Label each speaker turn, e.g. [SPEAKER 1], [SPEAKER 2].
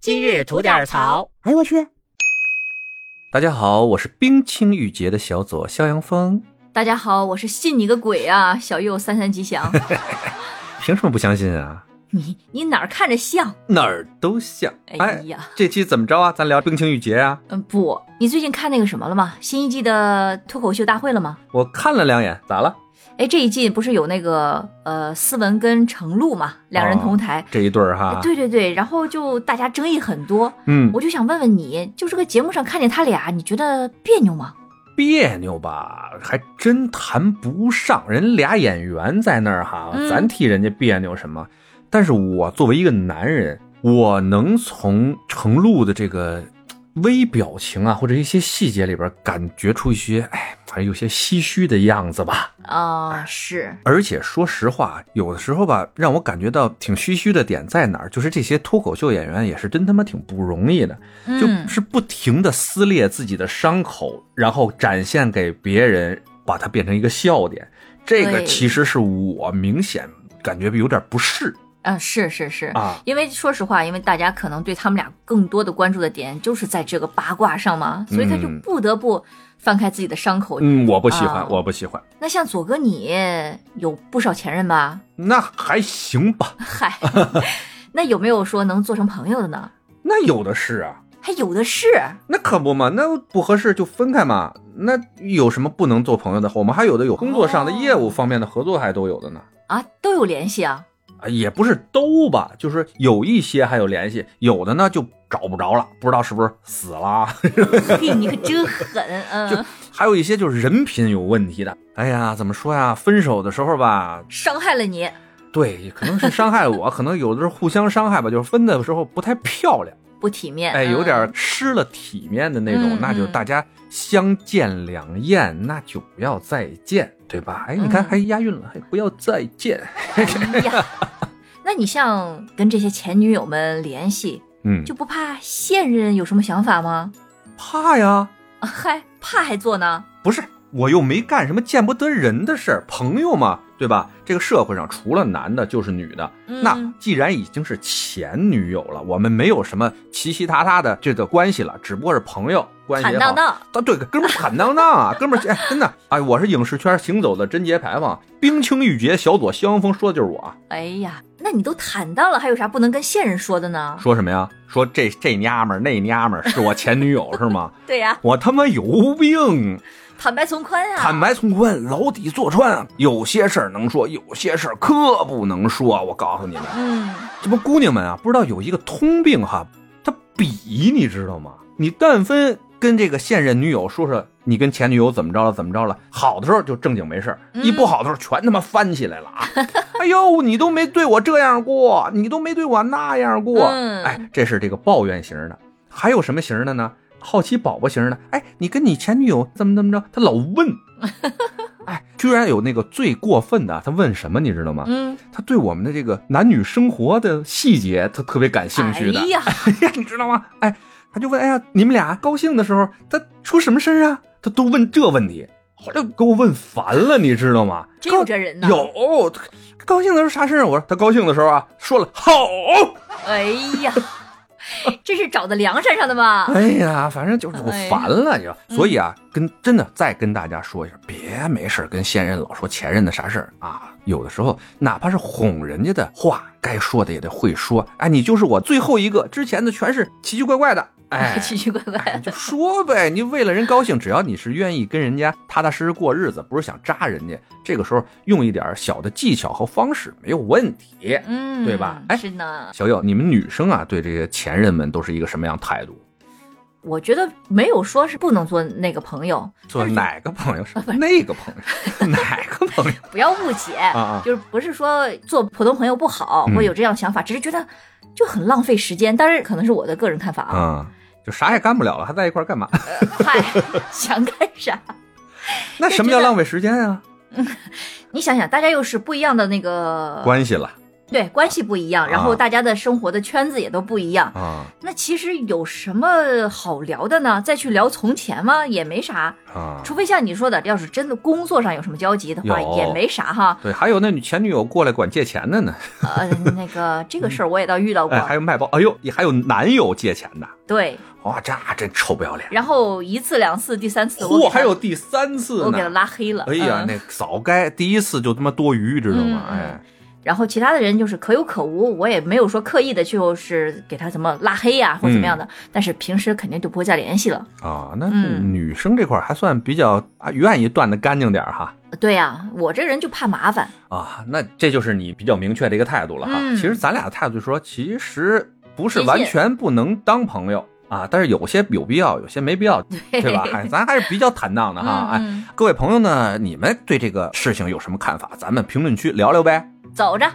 [SPEAKER 1] 今日吐点槽。
[SPEAKER 2] 哎，我去，
[SPEAKER 3] 大家好，我是冰清玉洁的小左肖阳峰。
[SPEAKER 4] 大家好，我是信你个鬼啊，小右三三吉祥。
[SPEAKER 3] 凭什么不相信啊？
[SPEAKER 4] 你你哪儿看着像？
[SPEAKER 3] 哪儿都像。
[SPEAKER 4] 哎呀，
[SPEAKER 3] 这期怎么着啊？咱聊冰清玉洁啊？
[SPEAKER 4] 嗯，不，你最近看那个什么了吗？新一季的脱口秀大会了吗？
[SPEAKER 3] 我看了两眼，咋了？
[SPEAKER 4] 哎，这一季不是有那个呃思文跟程璐嘛，两人同台。哎
[SPEAKER 3] 哦这一对儿哈。
[SPEAKER 4] 对对对，然后就大家争议很多，
[SPEAKER 3] 嗯
[SPEAKER 4] 我，就想问问你，就这个节目上看见他俩，你觉得别扭吗？
[SPEAKER 3] 别扭吧，还真谈不上。人俩演员在那儿哈，
[SPEAKER 4] 嗯
[SPEAKER 3] 咱替人家别扭什么？但是我作为一个男人，我能从程璐的这个嘖微表情啊，或者一些细节里边感觉出一些，哎，反正有些唏嘘的样子吧。
[SPEAKER 4] 啊、是，
[SPEAKER 3] 而且说实话，有的时候吧，让我感觉到挺唏嘘的点在哪儿，就是这些脱口秀演员也是真他妈挺不容易的，
[SPEAKER 4] 嗯
[SPEAKER 3] 就，是不停的撕裂自己的伤口，然后展现给别人，把它变成一个笑点。这个
[SPEAKER 4] 对
[SPEAKER 3] 其实是我明显感觉有点不适
[SPEAKER 4] 嗯、是是是。
[SPEAKER 3] 啊。
[SPEAKER 4] 因为说实话，因为大家可能对他们俩更多的关注的点就是在这个八卦上嘛，所以他就
[SPEAKER 3] 嗯
[SPEAKER 4] 不得不翻开自己的伤口。
[SPEAKER 3] 嗯，我不喜欢，
[SPEAKER 4] 啊
[SPEAKER 3] 我不喜欢。
[SPEAKER 4] 那像左哥你有不少前任吧？
[SPEAKER 3] 那还行吧，
[SPEAKER 4] 嗨， 那有没有说能做成朋友的呢？
[SPEAKER 3] 那有的是啊，
[SPEAKER 4] 还有的是，
[SPEAKER 3] 那可不嘛，那不合适就分开嘛。那有什么不能做朋友的？我们还有的有工作上的、
[SPEAKER 4] 哦
[SPEAKER 3] 业务方面的合作，还都有的呢。
[SPEAKER 4] 啊，都有联 系啊。
[SPEAKER 3] 啊，也不是都吧，就是有一些还有联系，有的呢就找不着了，不知道是不是死了，啊
[SPEAKER 4] 嘿，你可真狠，嗯，
[SPEAKER 3] 还有一些就是人品有问题的。哎呀，怎么说呀？分手的时候吧，
[SPEAKER 4] 伤害了你。
[SPEAKER 3] 对，可能是伤害我， 可能有的是互相伤害吧，就是分的时候不太漂亮，
[SPEAKER 4] 不体面，
[SPEAKER 3] 哎，有点
[SPEAKER 4] 嗯
[SPEAKER 3] 失了体面的那种，
[SPEAKER 4] 嗯
[SPEAKER 3] 那就
[SPEAKER 4] 嗯
[SPEAKER 3] 大家相见两厌，那就不要再见，对吧？哎，你看
[SPEAKER 4] 嗯
[SPEAKER 3] 还押韵了，还不要再见，
[SPEAKER 4] 哎呀，那你像跟这些前女友们联系，
[SPEAKER 3] 嗯，
[SPEAKER 4] 就不怕现任有什么想法吗？
[SPEAKER 3] 怕呀。
[SPEAKER 4] 啊嗨，怕还做呢？
[SPEAKER 3] 不是，我又没干什么见不得人的事儿，朋友嘛，对吧？这个社会上除了男的就是女的，
[SPEAKER 4] 嗯
[SPEAKER 3] 那既然已经是前女友了，我们没有什么奇奇遢遢的这个关系了，只不过是朋友关系
[SPEAKER 4] 坦
[SPEAKER 3] 也好
[SPEAKER 4] 荡。荡，
[SPEAKER 3] 啊，对，哥们儿坦荡荡啊，哥们儿，哎，真的，哎，我是影视圈行走的贞洁牌坊，冰清玉洁，小左肖阳峰说的就是我啊。
[SPEAKER 4] 哎呀，那你都坦荡了，还有啥不能跟现任说的呢？
[SPEAKER 3] 说什么呀？说这这娘们儿那娘们儿是我前女友是吗？
[SPEAKER 4] 对呀、
[SPEAKER 3] 我他妈有病！
[SPEAKER 4] 坦白从宽呀、啊
[SPEAKER 3] 坦白从宽，牢底坐穿啊！有些事儿能说，有些事儿可不能说。我告诉你们，
[SPEAKER 4] 嗯，
[SPEAKER 3] 这不姑娘们啊，不知道有一个通病哈，她比你知道吗？你但分跟这个现任女友说说你跟前女友怎么着了，怎么着了，好的时候就正经没事儿，
[SPEAKER 4] 嗯
[SPEAKER 3] 一不好的时候全他妈翻起来了啊！ 哎呦，你都没对我这样过，你都没对我那样过，
[SPEAKER 4] 嗯
[SPEAKER 3] 哎，这是这个抱怨型的，还有什么型的呢？好奇宝宝型的，哎，你跟你前女友怎么怎么着？他老 问，哎，居然有那个最过分的，他啊问什么你知道吗？
[SPEAKER 4] 嗯，
[SPEAKER 3] 他对我们的这个男女生活的细节，他特别感兴趣的。
[SPEAKER 4] 哎呀，
[SPEAKER 3] 哎呀，你知道吗？哎，他就问，哎呀，你们俩高兴的时候，他出什么事儿啊？他都问这问题，后来给我问烦了，你知道吗？
[SPEAKER 4] 真有这人呢。
[SPEAKER 3] 有，他高兴的时候啥事儿？我说他高兴的时候啊，说了好。
[SPEAKER 4] 哎呀， 这是找的梁山上的吧？，
[SPEAKER 3] 哎呀，反正就是我烦了，你知道。所以啊，跟真的再跟大家说一下，别没事儿跟现任老说前任的啥事儿啊。有的时候，哪怕是哄人家的话，该说的也得会说。哎，你就是我最后一个，之前的全是奇奇怪怪的。哎
[SPEAKER 4] 奇奇怪怪
[SPEAKER 3] 就
[SPEAKER 4] 的，
[SPEAKER 3] 说呗，你为了人高兴，只要你是愿意跟人家踏踏实实过日子，不是想扎人家，这个时候用一点小的技巧和方式没有问题。
[SPEAKER 4] 嗯，
[SPEAKER 3] 对吧哎
[SPEAKER 4] 是呢，
[SPEAKER 3] 小友，你们女生啊，对这些前任们都是一个什么样态度？
[SPEAKER 4] 我觉得没有说是不能做那个朋友，
[SPEAKER 3] 做哪个朋 友是那个朋友，哪个朋友？
[SPEAKER 4] 不要误解，
[SPEAKER 3] 啊
[SPEAKER 4] 就是不是说做普通朋友不好，
[SPEAKER 3] 嗯
[SPEAKER 4] 或者有这样想法，只是觉得就很浪费时间。当然，可能是我的个人看法啊。
[SPEAKER 3] 啊、就啥也干不了了，还在一块儿干 嘛？
[SPEAKER 4] 嗨、想干啥？
[SPEAKER 3] 那什么叫浪费时间啊？
[SPEAKER 4] 你想想，大家又是不一样的那个
[SPEAKER 3] 关系了，
[SPEAKER 4] 对，关系不一样，然后
[SPEAKER 3] 啊
[SPEAKER 4] 大家的生活的圈子也都不一样。
[SPEAKER 3] 啊
[SPEAKER 4] 那其实有什么好聊的呢？再去聊从前吗？也没啥，
[SPEAKER 3] 啊！
[SPEAKER 4] 除非像你说的，要是真的工作上有什么交集的话，
[SPEAKER 3] 有
[SPEAKER 4] 也没啥哈。
[SPEAKER 3] 对，还有那女前女友过来管借钱的呢，
[SPEAKER 4] 呃，那 个这个事儿我也倒遇到过
[SPEAKER 3] 哎，，还有卖包，哎呦，还有男友借钱的，
[SPEAKER 4] 对，
[SPEAKER 3] 哇，这真臭不要脸！
[SPEAKER 4] 然后一次两次，第三次我
[SPEAKER 3] 嚯，
[SPEAKER 4] 给他
[SPEAKER 3] 还有第三次
[SPEAKER 4] 我给他
[SPEAKER 3] 呢，
[SPEAKER 4] 拉黑了。
[SPEAKER 3] 哎呀，
[SPEAKER 4] 嗯
[SPEAKER 3] 那早该第一次就他妈多余，知道吗？
[SPEAKER 4] 嗯嗯
[SPEAKER 3] 哎，
[SPEAKER 4] 然后其他的人就是可有可无，我也没有说刻意的就是给他怎么拉黑呀、或怎么
[SPEAKER 3] 嗯
[SPEAKER 4] 样的，但是平时肯定就不会再联系了。
[SPEAKER 3] 啊，那
[SPEAKER 4] 嗯
[SPEAKER 3] 女生这块儿还算比较啊，愿意断的干净点儿哈。
[SPEAKER 4] 对呀、我这人就怕麻烦，
[SPEAKER 3] 啊，那这就是你比较明确的一个态度了哈。
[SPEAKER 4] 嗯
[SPEAKER 3] 其实咱俩的态度就是说，其实不是
[SPEAKER 4] 极限
[SPEAKER 3] 完全不能当朋友啊，但是有些有必要，有些没必 要，对吧？哎，咱还是比较坦荡的哈。哎，
[SPEAKER 4] 嗯，
[SPEAKER 3] 各位朋友呢，你们对这个事情有什么看法？咱们评论区聊聊呗。
[SPEAKER 4] 走着，